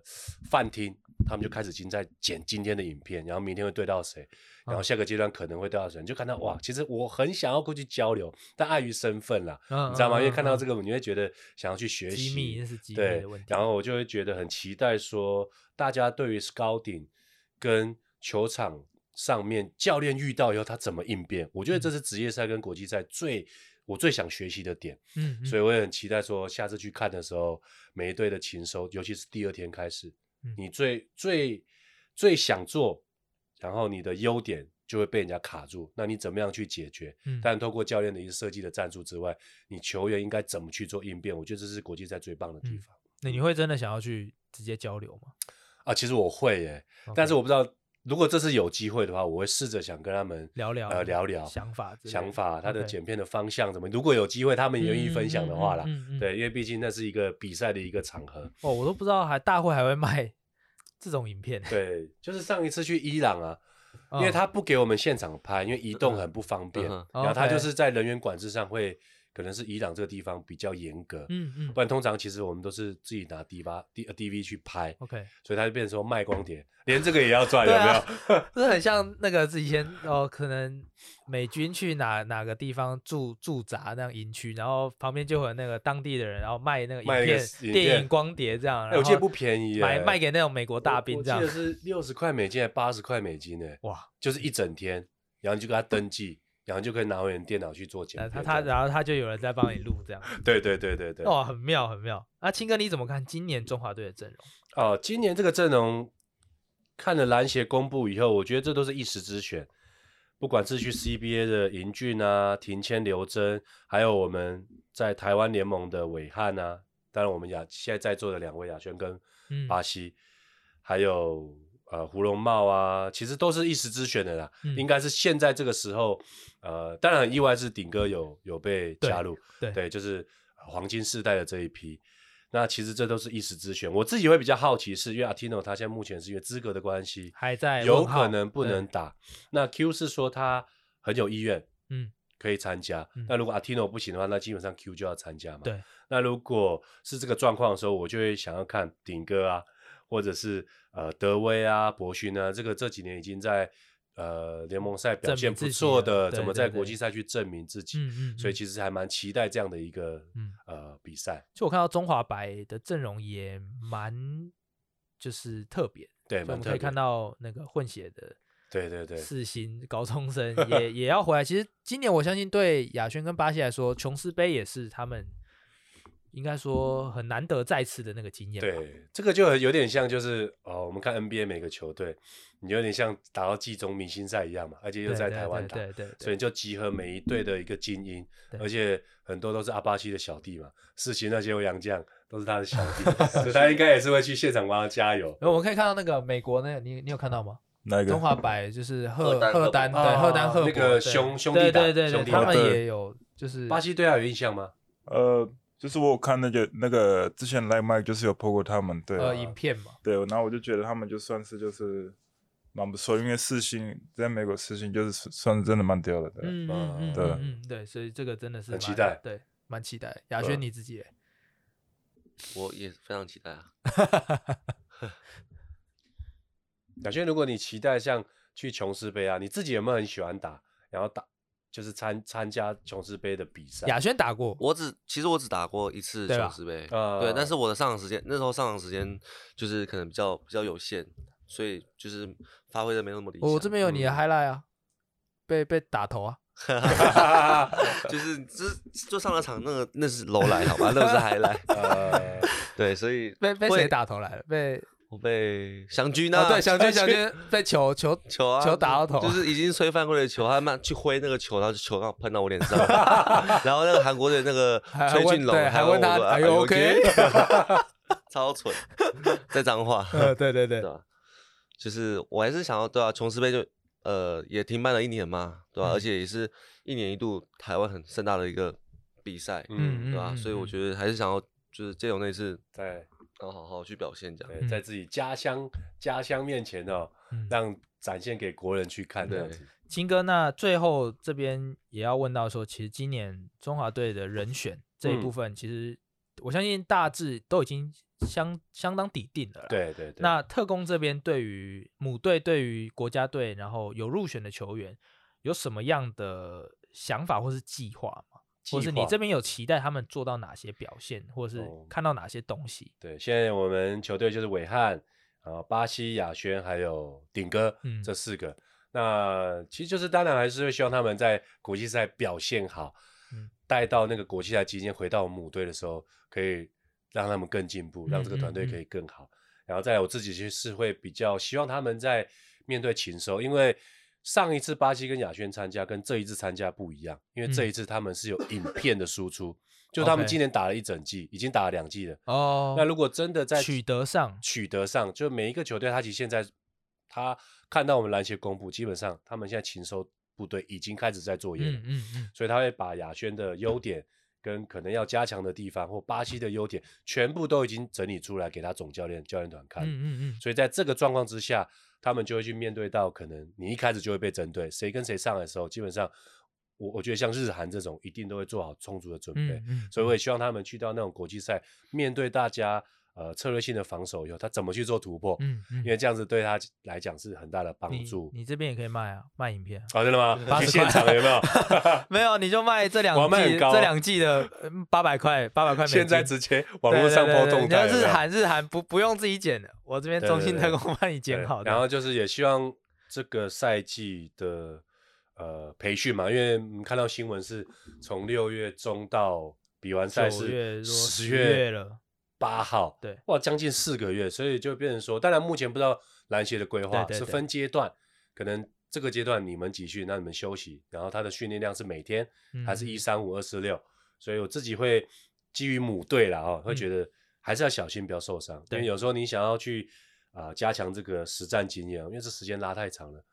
[SPEAKER 2] 饭厅，他们就开始已经在剪今天的影片，然后明天会对到谁，然后
[SPEAKER 1] 嗯
[SPEAKER 2] 下个阶段可能会对到谁，你就看到哇，其实我很想要过去交流，但碍于身份啦，
[SPEAKER 1] 嗯
[SPEAKER 2] 你知道吗？因为看
[SPEAKER 1] 嗯
[SPEAKER 2] 到这个，你会觉得想要去学
[SPEAKER 1] 机
[SPEAKER 2] 习，
[SPEAKER 1] 密那是机密
[SPEAKER 2] 对
[SPEAKER 1] 的问题，
[SPEAKER 2] 然后我就会觉得很期待说，大家对于 scouting 跟球场上面教练遇到以后他怎么应变，我觉得这
[SPEAKER 1] 嗯
[SPEAKER 2] 是职业赛跟国际赛最我最想学习的点。
[SPEAKER 1] 嗯，嗯
[SPEAKER 2] 所以我也很期待说，下次去看的时候，每一队的勤收，尤其是第二天开始，
[SPEAKER 1] 嗯
[SPEAKER 2] 你最最最想做，然后你的优点就会被人家卡住，那你怎么样去解决？
[SPEAKER 1] 嗯
[SPEAKER 2] 但透过教练的一个设计的战术之外，你球员应该怎么去做应变？我觉得这是国际赛最棒的地
[SPEAKER 1] 嗯
[SPEAKER 2] 方、
[SPEAKER 1] 那你会真的想要去直接交流吗？
[SPEAKER 2] 啊！其实我会耶、但是我不知道，如果这次有机会的话，我会试着想跟他们
[SPEAKER 1] 聊聊
[SPEAKER 2] 呃聊聊
[SPEAKER 1] 想法之类
[SPEAKER 2] 想
[SPEAKER 1] 的
[SPEAKER 2] 法，他的
[SPEAKER 1] OK
[SPEAKER 2] 剪片的方向怎么？如果有机会，他们愿意分享的话啦，
[SPEAKER 1] 嗯嗯嗯嗯嗯
[SPEAKER 2] 对，因为毕竟那是一个比赛的一个场合。
[SPEAKER 1] 哦，我都不知道还大会还会卖 这种影片，
[SPEAKER 2] 对，就是上一次去伊朗啊，因
[SPEAKER 1] 嗯
[SPEAKER 2] 为他不给我们现场拍，因为移动很不方便，
[SPEAKER 4] 嗯
[SPEAKER 1] 哼
[SPEAKER 2] 然后他
[SPEAKER 1] OK
[SPEAKER 2] 就是在人员管制上会，可能是伊朗这个地方比较严格，
[SPEAKER 1] 嗯嗯
[SPEAKER 2] 不然通常其实我们都是自己拿 D 八 D 呃 D V 去拍，
[SPEAKER 1] ，OK，
[SPEAKER 2] 所以他就变成说卖光碟，连这个也要赚，有
[SPEAKER 1] 对
[SPEAKER 2] 没
[SPEAKER 1] 啊
[SPEAKER 2] 有？
[SPEAKER 1] 这很像那个之前哦，可能美军去哪哪个地方驻驻扎那样营区，然后旁边就会有那个当地的人，然后卖那个影
[SPEAKER 2] 卖那个
[SPEAKER 1] 片、
[SPEAKER 2] 影
[SPEAKER 1] 电影
[SPEAKER 2] 片
[SPEAKER 1] 光碟这样，
[SPEAKER 2] 哎
[SPEAKER 1] 然
[SPEAKER 2] 我记得
[SPEAKER 1] 后
[SPEAKER 2] 不便宜耶
[SPEAKER 1] 买卖给那种美国大
[SPEAKER 2] 我
[SPEAKER 1] 兵这
[SPEAKER 2] 记
[SPEAKER 1] 样
[SPEAKER 2] 得，是六十块美金还八十块美金呢，
[SPEAKER 1] 哇，
[SPEAKER 2] 就是一整天，然后你就给他登记，然后就可以拿回你的电脑去做剪
[SPEAKER 1] 呃
[SPEAKER 2] 片。
[SPEAKER 1] 他他
[SPEAKER 2] 这样
[SPEAKER 1] 然后他就有人在帮你录这样，
[SPEAKER 2] 对对对对对，
[SPEAKER 1] 哇，很妙很妙。啊，青哥你怎么看今年中华队的阵容？
[SPEAKER 2] 哦，今年这个阵容，看了篮协公布以后，我觉得这都是一时之选。不管是去 CBA 的银俊啊、庭谦、刘真，还有我们在台湾联盟的伟汉啊，当然我们亚现在在座的两位亚轩跟
[SPEAKER 1] 嗯
[SPEAKER 2] 巴西，还有呃胡荣茂啊，其实都是一时之选的啦。
[SPEAKER 1] 嗯
[SPEAKER 2] 应该是现在这个时候，呃，当然很意外是顶哥有有被
[SPEAKER 1] 对
[SPEAKER 2] 加入，
[SPEAKER 1] 对
[SPEAKER 2] 就是呃黄金世代的这一批。那其实这都是一时之选。我自己会比较好奇是，因为 Atino 他现在目前是因为资格的关系，
[SPEAKER 1] 还在
[SPEAKER 2] 有
[SPEAKER 1] 问号
[SPEAKER 2] 可能不能
[SPEAKER 1] 对
[SPEAKER 2] 打。那 Q 是说他很有意愿，
[SPEAKER 1] 嗯，
[SPEAKER 2] 可以参加
[SPEAKER 1] 嗯。
[SPEAKER 2] 那如果 Atino 不行的话，那基本上 Q 就要参加嘛。
[SPEAKER 1] 对。
[SPEAKER 2] 那如果是这个状况的时候，我就会想要看顶哥啊，或者是呃德威啊、博勋啊，这个这几年已经在呃联盟赛表
[SPEAKER 1] 证
[SPEAKER 2] 现
[SPEAKER 1] 明自
[SPEAKER 2] 不
[SPEAKER 1] 己
[SPEAKER 2] 错
[SPEAKER 1] 了
[SPEAKER 2] 的，
[SPEAKER 1] 对
[SPEAKER 2] 怎么
[SPEAKER 1] 对
[SPEAKER 2] 在
[SPEAKER 1] 对
[SPEAKER 2] 国际赛去证明自己？
[SPEAKER 1] 嗯嗯，
[SPEAKER 2] 所以
[SPEAKER 1] 嗯
[SPEAKER 2] 其实还蛮期待这样的一个、
[SPEAKER 1] 嗯
[SPEAKER 2] 呃比赛，
[SPEAKER 1] 就我看到中华白的阵容也蛮就是特别，
[SPEAKER 2] 对，
[SPEAKER 1] 就我
[SPEAKER 2] 蛮
[SPEAKER 1] 们
[SPEAKER 2] 特
[SPEAKER 1] 可以
[SPEAKER 2] 别
[SPEAKER 1] 看
[SPEAKER 2] 的，
[SPEAKER 1] 到那个混血的
[SPEAKER 2] 对对对，
[SPEAKER 1] 四星高中生 也也要回来。其实今年我相信对亚轩跟巴西来说，琼斯杯也是他们应该说很难得再次的那个经验吧。
[SPEAKER 2] 对，这个就很有点像，就是哦，我们看 NBA 每个球队，你有点像打到季中明星赛一样嘛，而且又
[SPEAKER 1] 对
[SPEAKER 2] 在
[SPEAKER 1] 对
[SPEAKER 2] 台湾打，
[SPEAKER 1] 对对对，
[SPEAKER 2] 所以
[SPEAKER 1] 对
[SPEAKER 2] 你就集合每一队的一个精英，
[SPEAKER 1] 对
[SPEAKER 2] 而且很多都是阿巴西的小弟嘛，世奇那些欧阳将都是他的小 弟，所以他应该也是会去现场帮他加油。
[SPEAKER 1] 然后我们可以看到那个美国那个，你你有看到吗？
[SPEAKER 3] 哪一个
[SPEAKER 1] 中？华白就是赫
[SPEAKER 4] 赫丹
[SPEAKER 1] 赫
[SPEAKER 4] 赫
[SPEAKER 1] 丹，
[SPEAKER 4] 本
[SPEAKER 1] 对赫丹
[SPEAKER 2] 哦
[SPEAKER 1] 赫
[SPEAKER 2] 那
[SPEAKER 1] 本
[SPEAKER 2] 个
[SPEAKER 1] 对
[SPEAKER 2] 兄兄
[SPEAKER 1] 对对
[SPEAKER 2] 弟打
[SPEAKER 1] 对对，
[SPEAKER 2] 兄弟
[SPEAKER 1] 他
[SPEAKER 2] 打
[SPEAKER 1] 们
[SPEAKER 3] 对
[SPEAKER 1] 也有 就是
[SPEAKER 2] 巴西对他有印象吗？
[SPEAKER 3] 呃，就是我有看那个那个之前 Like Mike 就是有 PO 过他们，对、
[SPEAKER 2] 啊
[SPEAKER 3] 啊
[SPEAKER 1] 呃影片嘛，
[SPEAKER 3] 对，然后我就觉得他们就算是就是蛮不错，因为四星在美国四星就是算算是真的蛮屌的，对。
[SPEAKER 1] 嗯嗯嗯
[SPEAKER 2] 嗯
[SPEAKER 1] 嗯
[SPEAKER 3] 对
[SPEAKER 1] 嗯嗯，对，所以这个真的是
[SPEAKER 2] 很期
[SPEAKER 1] 蛮
[SPEAKER 2] 待
[SPEAKER 1] 对，蛮期待。亚
[SPEAKER 2] 对啊
[SPEAKER 1] 轩你自己嘞，
[SPEAKER 4] 我也非常期待啊。
[SPEAKER 2] 亚轩，如果你期待像去琼斯杯啊，你自己有没有很喜欢打，然后打就是参参加琼斯杯的比赛？嗯
[SPEAKER 1] 亚轩打过，
[SPEAKER 4] 我只其实我只打过一次
[SPEAKER 1] 对吧啊
[SPEAKER 4] 琼斯杯，
[SPEAKER 2] 呃
[SPEAKER 4] 对，但是我的上场时间那时候上场时间就是可能比较比较有限，所以就是发挥的没有那么理想。
[SPEAKER 1] 我这边有你的
[SPEAKER 4] 嗯
[SPEAKER 1] highlight 啊，被被打头啊，
[SPEAKER 4] 就是只就上了场那个那是楼来好吧，那不是 还来，
[SPEAKER 2] 呃，
[SPEAKER 4] 对，所以
[SPEAKER 1] 被被
[SPEAKER 4] 会
[SPEAKER 1] 谁打头来了？ 被
[SPEAKER 4] 我被祥军
[SPEAKER 1] 哦
[SPEAKER 4] 啊，
[SPEAKER 1] 对，小军小军 被球球
[SPEAKER 4] 球啊，
[SPEAKER 1] 球打到头啊
[SPEAKER 4] 就是已经吹犯规的球，他慢去挥那个球，然后球刚好喷到我脸上， 然后那个韩国的那个
[SPEAKER 1] 还
[SPEAKER 4] 崔
[SPEAKER 1] 问
[SPEAKER 4] 俊龙
[SPEAKER 1] 对还问
[SPEAKER 4] 问
[SPEAKER 1] 他哎
[SPEAKER 4] 我说
[SPEAKER 1] "Are you
[SPEAKER 4] "Are you
[SPEAKER 1] okay？
[SPEAKER 4] okay？" 超蠢，在脏话，
[SPEAKER 1] 呃，对对对
[SPEAKER 4] 对，吧？就是我还是想要对啊，琼斯杯就呃也停办了一年嘛，对
[SPEAKER 1] 嗯
[SPEAKER 4] 吧？而且也是一年一度台湾很盛大的一个比赛，
[SPEAKER 2] 嗯，
[SPEAKER 1] 嗯
[SPEAKER 4] 对吧？所以我
[SPEAKER 1] 得
[SPEAKER 4] 觉得还是想要就是借由那次，
[SPEAKER 2] 在
[SPEAKER 4] 然后好好去表现这样。
[SPEAKER 1] 嗯
[SPEAKER 2] 对在自己家乡家乡面前哦，让展现给国人去看这样子。
[SPEAKER 1] 金哥，那最后这边也要问到说，其实今年中华队的人选这一部
[SPEAKER 2] 嗯
[SPEAKER 1] 分，其实我相信大致都已经相相当底定了啦。
[SPEAKER 2] 对对对，
[SPEAKER 1] 那特工这边对于母队、对于国家队，然后有入选的球员，有什么样的想法或是计划吗？或是
[SPEAKER 2] 计
[SPEAKER 1] 你
[SPEAKER 2] 划
[SPEAKER 1] 这边有期待他们做到哪些表现，或是
[SPEAKER 2] 哦
[SPEAKER 1] 看到哪些东西？
[SPEAKER 2] 对，现在我们球队就是伟汉，然后巴西亚轩还有顶哥、
[SPEAKER 1] 嗯
[SPEAKER 2] 这四个。那其实就是当然还是会希望他们在国际赛表现好，
[SPEAKER 1] 嗯
[SPEAKER 2] 带到那个国际赛期间回到母队的时候，可以让他们更进步，
[SPEAKER 1] 嗯
[SPEAKER 2] 让这个团队可以更好。然后再来，我自己就是会比较希望他们在面对禽兽，因为上一次巴西跟亚轩参加跟这一次参加不一样，因为这
[SPEAKER 1] 嗯
[SPEAKER 2] 一次他们是有影片的输出，就他们
[SPEAKER 1] OK
[SPEAKER 2] 今年打了一整季，已经打了两季了。
[SPEAKER 1] 哦
[SPEAKER 2] 那如果真的在
[SPEAKER 1] 取得上
[SPEAKER 2] 取得上，就每一个球队，他其实现在他看到我们篮协公布，基本上他们现在勤收部队已经开始在作业了，
[SPEAKER 1] 嗯嗯嗯，
[SPEAKER 2] 所以他会把亚轩的优点跟可能要加强的地方，或巴西的优点，全部都已经整理出来给他总教练教练团看。
[SPEAKER 1] 嗯嗯嗯，
[SPEAKER 2] 所以在这个状况之下，他们就会去面对到可能你一开始就会被针对，谁跟谁上来的时候，基本上我我觉得像日韩这种一定都会做好充足的准备。
[SPEAKER 1] 嗯嗯，
[SPEAKER 2] 所以我也希望他们去到那种国际赛，面对大家呃策略性的防守以后，他怎么去做突破？
[SPEAKER 1] 嗯嗯
[SPEAKER 2] 因为这样子对他来讲是很大的帮助。
[SPEAKER 1] 你你这边也可以卖啊，卖影 片啊。
[SPEAKER 2] 哦，真的吗？
[SPEAKER 1] 80
[SPEAKER 2] 去现场有没有？
[SPEAKER 1] 没有，你就卖这两
[SPEAKER 2] 我要卖
[SPEAKER 1] 季、
[SPEAKER 2] 很高啊
[SPEAKER 1] 这两季的八百块，八百块美金。
[SPEAKER 2] 现在直接网络上
[SPEAKER 1] 播
[SPEAKER 2] 播动
[SPEAKER 1] 你要
[SPEAKER 2] 态，
[SPEAKER 1] 日
[SPEAKER 2] 有没有
[SPEAKER 1] 韩日韩不不用自己剪的，我这边
[SPEAKER 2] 对
[SPEAKER 1] 中
[SPEAKER 2] 对
[SPEAKER 1] 信
[SPEAKER 2] 对
[SPEAKER 1] 特工帮你剪
[SPEAKER 2] 对
[SPEAKER 1] 好的。
[SPEAKER 2] 然后就是也希望这个赛季的呃培训嘛，因为我们看到新闻是从六月中到比完赛
[SPEAKER 1] 九月
[SPEAKER 2] 是
[SPEAKER 1] 多
[SPEAKER 2] 十
[SPEAKER 1] 10月了
[SPEAKER 2] 八号，
[SPEAKER 1] 对，
[SPEAKER 2] 哇，将近四个月，所以就变成说，当然目前不知道篮协的规划
[SPEAKER 1] 对对
[SPEAKER 2] 是
[SPEAKER 1] 对
[SPEAKER 2] 分阶段，可能这个阶段你们集训，那你们休息，然后他的训练量是每天
[SPEAKER 1] 嗯
[SPEAKER 2] 还是一三五二四六，所以我自己会基于母队啦哦，会觉得还是要小心不要受伤，因
[SPEAKER 1] 嗯对
[SPEAKER 2] 为有时候你想要去啊、加强这个实战经验，因为这时间拉太长了，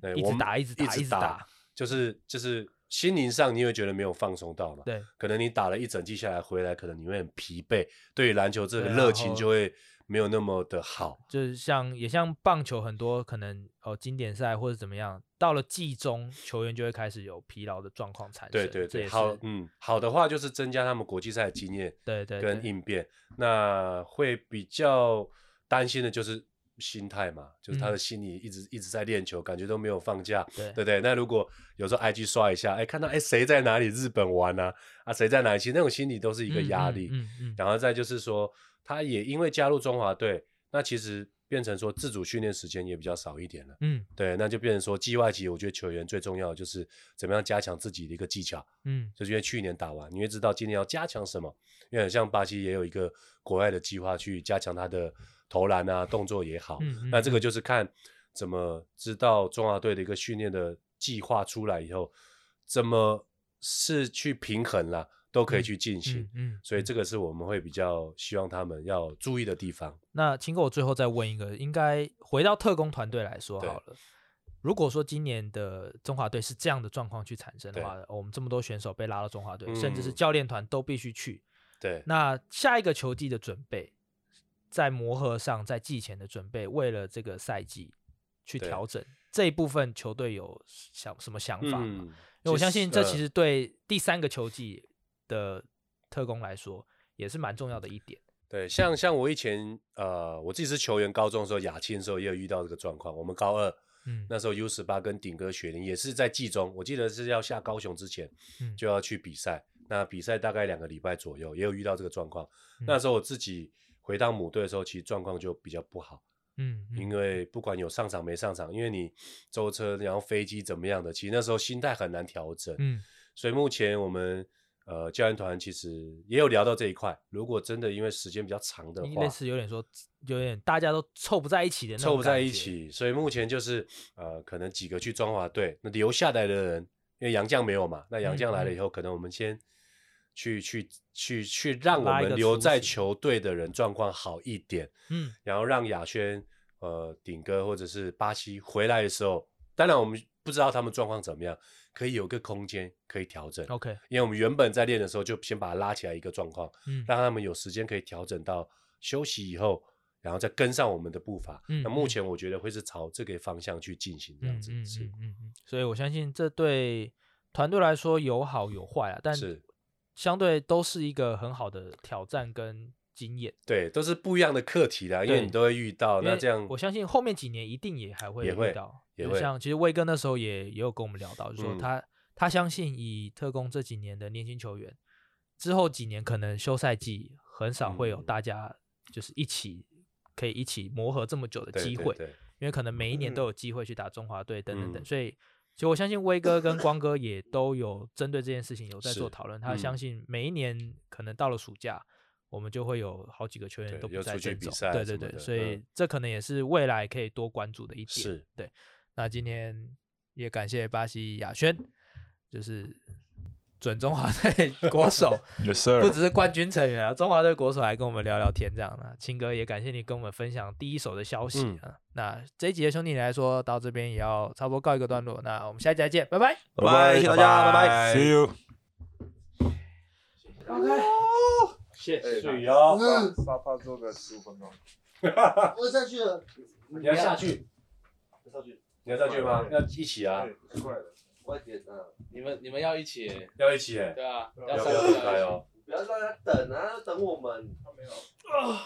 [SPEAKER 2] 对
[SPEAKER 1] 一直
[SPEAKER 2] 我们
[SPEAKER 1] 打一直打
[SPEAKER 2] 一
[SPEAKER 1] 一直打
[SPEAKER 2] 打，就是就是心灵上你会觉得没有放松到嘛，
[SPEAKER 1] 对，
[SPEAKER 2] 可能你打了一整季下来回来，可能你会很疲惫，对于篮球这个
[SPEAKER 1] 对啊
[SPEAKER 2] 热
[SPEAKER 1] 然
[SPEAKER 2] 情
[SPEAKER 1] 后
[SPEAKER 2] 就会没有那么的好。
[SPEAKER 1] 就是像也像棒球很多可能哦经典赛或者怎么样，到了季中球员就会开始有疲劳的状况产生。
[SPEAKER 2] 对对
[SPEAKER 1] 这也
[SPEAKER 2] 对，
[SPEAKER 1] 呃是
[SPEAKER 2] 好，嗯，好的话就是增加他们国际赛的经验
[SPEAKER 1] 对对
[SPEAKER 2] 跟
[SPEAKER 1] 对，
[SPEAKER 2] 应变。那会比较担心的就是心态嘛，就是他
[SPEAKER 1] 嗯
[SPEAKER 2] 的心里一直、一直在练球，感觉都没有放假，
[SPEAKER 1] 对
[SPEAKER 2] 对不对？那如果有时候 IG 刷一下，哎，看到哎谁在哪里日本玩啊，啊谁在哪里，其实那种心理都是一个
[SPEAKER 1] 嗯
[SPEAKER 2] 压
[SPEAKER 1] 嗯
[SPEAKER 2] 力。
[SPEAKER 1] 嗯嗯
[SPEAKER 2] 然后再就是说，他也因为加入中华队，那其实变成说自主训练时间也比较少一点了。
[SPEAKER 1] 嗯
[SPEAKER 2] 对，那就变成说季外期，我觉得球员最重要的就是怎么样加强自己的一个技巧，
[SPEAKER 1] 嗯
[SPEAKER 2] 就是因为去年打完，你会知道今年要加强什么。因为很像巴西也有一个国外的计划去加强他的投篮啊，动作也好。
[SPEAKER 1] 嗯，
[SPEAKER 2] 那这
[SPEAKER 1] 嗯
[SPEAKER 2] 个就是看怎么知道中华队的一个训练的计划出来以后，怎么是去平衡啦，都可以
[SPEAKER 1] 嗯
[SPEAKER 2] 去进行。
[SPEAKER 1] 嗯嗯，
[SPEAKER 2] 所以
[SPEAKER 1] 嗯
[SPEAKER 2] 这个是我们会比较希望他们要注意的地方。
[SPEAKER 1] 那青哥，我最后再问一个，应该回到特工团队来说
[SPEAKER 2] 对
[SPEAKER 1] 好了。如果说今年的中华队是这样的状况去产生的
[SPEAKER 2] 对
[SPEAKER 1] 话，我们这么多选手被拉到中华队，
[SPEAKER 2] 嗯
[SPEAKER 1] 甚至是教练团都必须去。
[SPEAKER 2] 对，
[SPEAKER 1] 那下一个球季的准备，在磨合上，在季前的准备，为了这个赛季去
[SPEAKER 2] 对
[SPEAKER 1] 调整这一部分，球队有想什么想法吗？
[SPEAKER 2] 嗯，
[SPEAKER 1] 因为我相信这其
[SPEAKER 2] 呃
[SPEAKER 1] 实对第三个球季的特工来说也是蛮重要的一点。
[SPEAKER 2] 对，像像我以前呃，我自己是球员，高中的时候亚青的时候也有遇到这个状况。我们高二
[SPEAKER 1] 嗯，
[SPEAKER 2] 那时候 U 十八跟顶哥雪林也是在季中，我记得是要下高雄之前
[SPEAKER 1] 嗯
[SPEAKER 2] 就要去比赛。那比赛大概两个礼拜左右，也有遇到这个状况。
[SPEAKER 1] 嗯
[SPEAKER 2] 那时候我自己回到母队的时候，其实状况就比较不好。
[SPEAKER 1] 嗯，嗯
[SPEAKER 2] 因为不管有上场没上场，因为你舟车然后飞机怎么样的，其实那时候心态很难调整。
[SPEAKER 1] 嗯
[SPEAKER 2] 所以目前我们呃教练团其实也有聊到这一块，如果真的因为时间比较长的
[SPEAKER 1] 你
[SPEAKER 2] 话
[SPEAKER 1] 类，似有点说，有点大家都凑不在一起的那种
[SPEAKER 2] 凑不在一
[SPEAKER 1] 感觉，
[SPEAKER 2] 起，所以目前就是呃可能几个去中华队，那留下来的人，因为杨绛没有嘛，那
[SPEAKER 1] 嗯
[SPEAKER 2] 杨绛来了以后，可能我们先。去去去去，让我
[SPEAKER 1] 拉一个
[SPEAKER 2] 们留
[SPEAKER 1] 雏
[SPEAKER 2] 在
[SPEAKER 1] 形
[SPEAKER 2] 球队的人状况好一点，
[SPEAKER 1] 嗯
[SPEAKER 2] 然后让亚轩、呃顶哥或者是巴西回来的时候，当然我们不知道他们状况怎么样，可以有个空间可以调整。
[SPEAKER 1] ，OK，
[SPEAKER 2] 因为我们原本在练的时候就先把它拉起来一个状况，
[SPEAKER 1] 嗯
[SPEAKER 2] 让他们有时间可以调整到休息以后，然后再跟上我们的步伐。
[SPEAKER 1] 嗯
[SPEAKER 2] 那目前我觉得会是朝这个方向去进行，这样子、
[SPEAKER 1] 嗯
[SPEAKER 2] 是
[SPEAKER 1] 嗯嗯嗯，所以我相信这对团队来说有好有坏啊，但
[SPEAKER 2] 是
[SPEAKER 1] 相对都是一个很好的挑战跟经验。
[SPEAKER 2] 对，都是不一样的课题啦，因为
[SPEAKER 1] 对
[SPEAKER 2] 你都会遇
[SPEAKER 1] 因
[SPEAKER 2] 到。哦那
[SPEAKER 1] 为
[SPEAKER 2] 这样
[SPEAKER 1] 我相信后面几年一定也还会
[SPEAKER 2] 也
[SPEAKER 1] 遇
[SPEAKER 2] 会
[SPEAKER 1] 到，
[SPEAKER 2] 也
[SPEAKER 1] 就
[SPEAKER 2] 会
[SPEAKER 1] 像其实威哥那时候也也有跟我们聊到，就是说
[SPEAKER 2] 嗯
[SPEAKER 1] 他、他相信以特工这几年的年轻球员，之后几年可能休赛季很少会有
[SPEAKER 2] 嗯
[SPEAKER 1] 大家就是一起。可以一起磨合这么久的
[SPEAKER 2] 对
[SPEAKER 1] 机
[SPEAKER 2] 对
[SPEAKER 1] 会，
[SPEAKER 2] 对
[SPEAKER 1] 因为可能每一年都有机会去打中华队等等等，
[SPEAKER 2] 嗯
[SPEAKER 1] 所以其实我相信威哥跟光哥也都有针对这件事情有在
[SPEAKER 2] 是
[SPEAKER 1] 做讨论。他
[SPEAKER 2] 嗯
[SPEAKER 1] 相信每一年可能到了暑假，我们就会有好几个球员
[SPEAKER 2] 对
[SPEAKER 1] 都不
[SPEAKER 2] 又
[SPEAKER 1] 在
[SPEAKER 2] 出去
[SPEAKER 1] 阵
[SPEAKER 2] 比
[SPEAKER 1] 中
[SPEAKER 2] 赛
[SPEAKER 1] 对对
[SPEAKER 2] 什么
[SPEAKER 1] 对，
[SPEAKER 2] 的
[SPEAKER 1] 所以
[SPEAKER 2] 嗯
[SPEAKER 1] 这可能也是未来可以多关注的一点。
[SPEAKER 2] 是
[SPEAKER 1] 对。那今天也感谢巴西亚轩，就是准中华队 国手，
[SPEAKER 3] Yes
[SPEAKER 1] 不
[SPEAKER 3] sir，
[SPEAKER 1] 只是冠军成员啊，中华队国手来跟我们聊聊天这样的、啊青哥也感谢你跟我们分享第一手的消息啊。
[SPEAKER 2] 嗯
[SPEAKER 1] 那这一集的兄弟你来说到这边也要差不多告一个段落，那我们下一集再见，拜拜。
[SPEAKER 4] 拜拜，谢谢大家，拜拜。
[SPEAKER 3] ，See you。
[SPEAKER 2] 谢
[SPEAKER 3] 水
[SPEAKER 2] 哦
[SPEAKER 3] 沙发坐个十五分
[SPEAKER 1] 啊
[SPEAKER 3] 钟。
[SPEAKER 5] 我下去了，
[SPEAKER 2] 你要下去，
[SPEAKER 6] 上去，
[SPEAKER 2] 你要下去吗？要一起啊，
[SPEAKER 3] 对，快哎了。
[SPEAKER 6] 快点啊！
[SPEAKER 7] 你们你们要一起，
[SPEAKER 2] 要一起哎，
[SPEAKER 7] 对啊，
[SPEAKER 3] 对啊
[SPEAKER 7] 要
[SPEAKER 2] 要
[SPEAKER 7] 三
[SPEAKER 2] 不
[SPEAKER 7] 个
[SPEAKER 2] 要
[SPEAKER 7] 人
[SPEAKER 2] 分
[SPEAKER 7] 要
[SPEAKER 2] 开
[SPEAKER 7] 一起。
[SPEAKER 2] 哦？
[SPEAKER 6] 不要让他等啊，要等我们。
[SPEAKER 3] 他没有。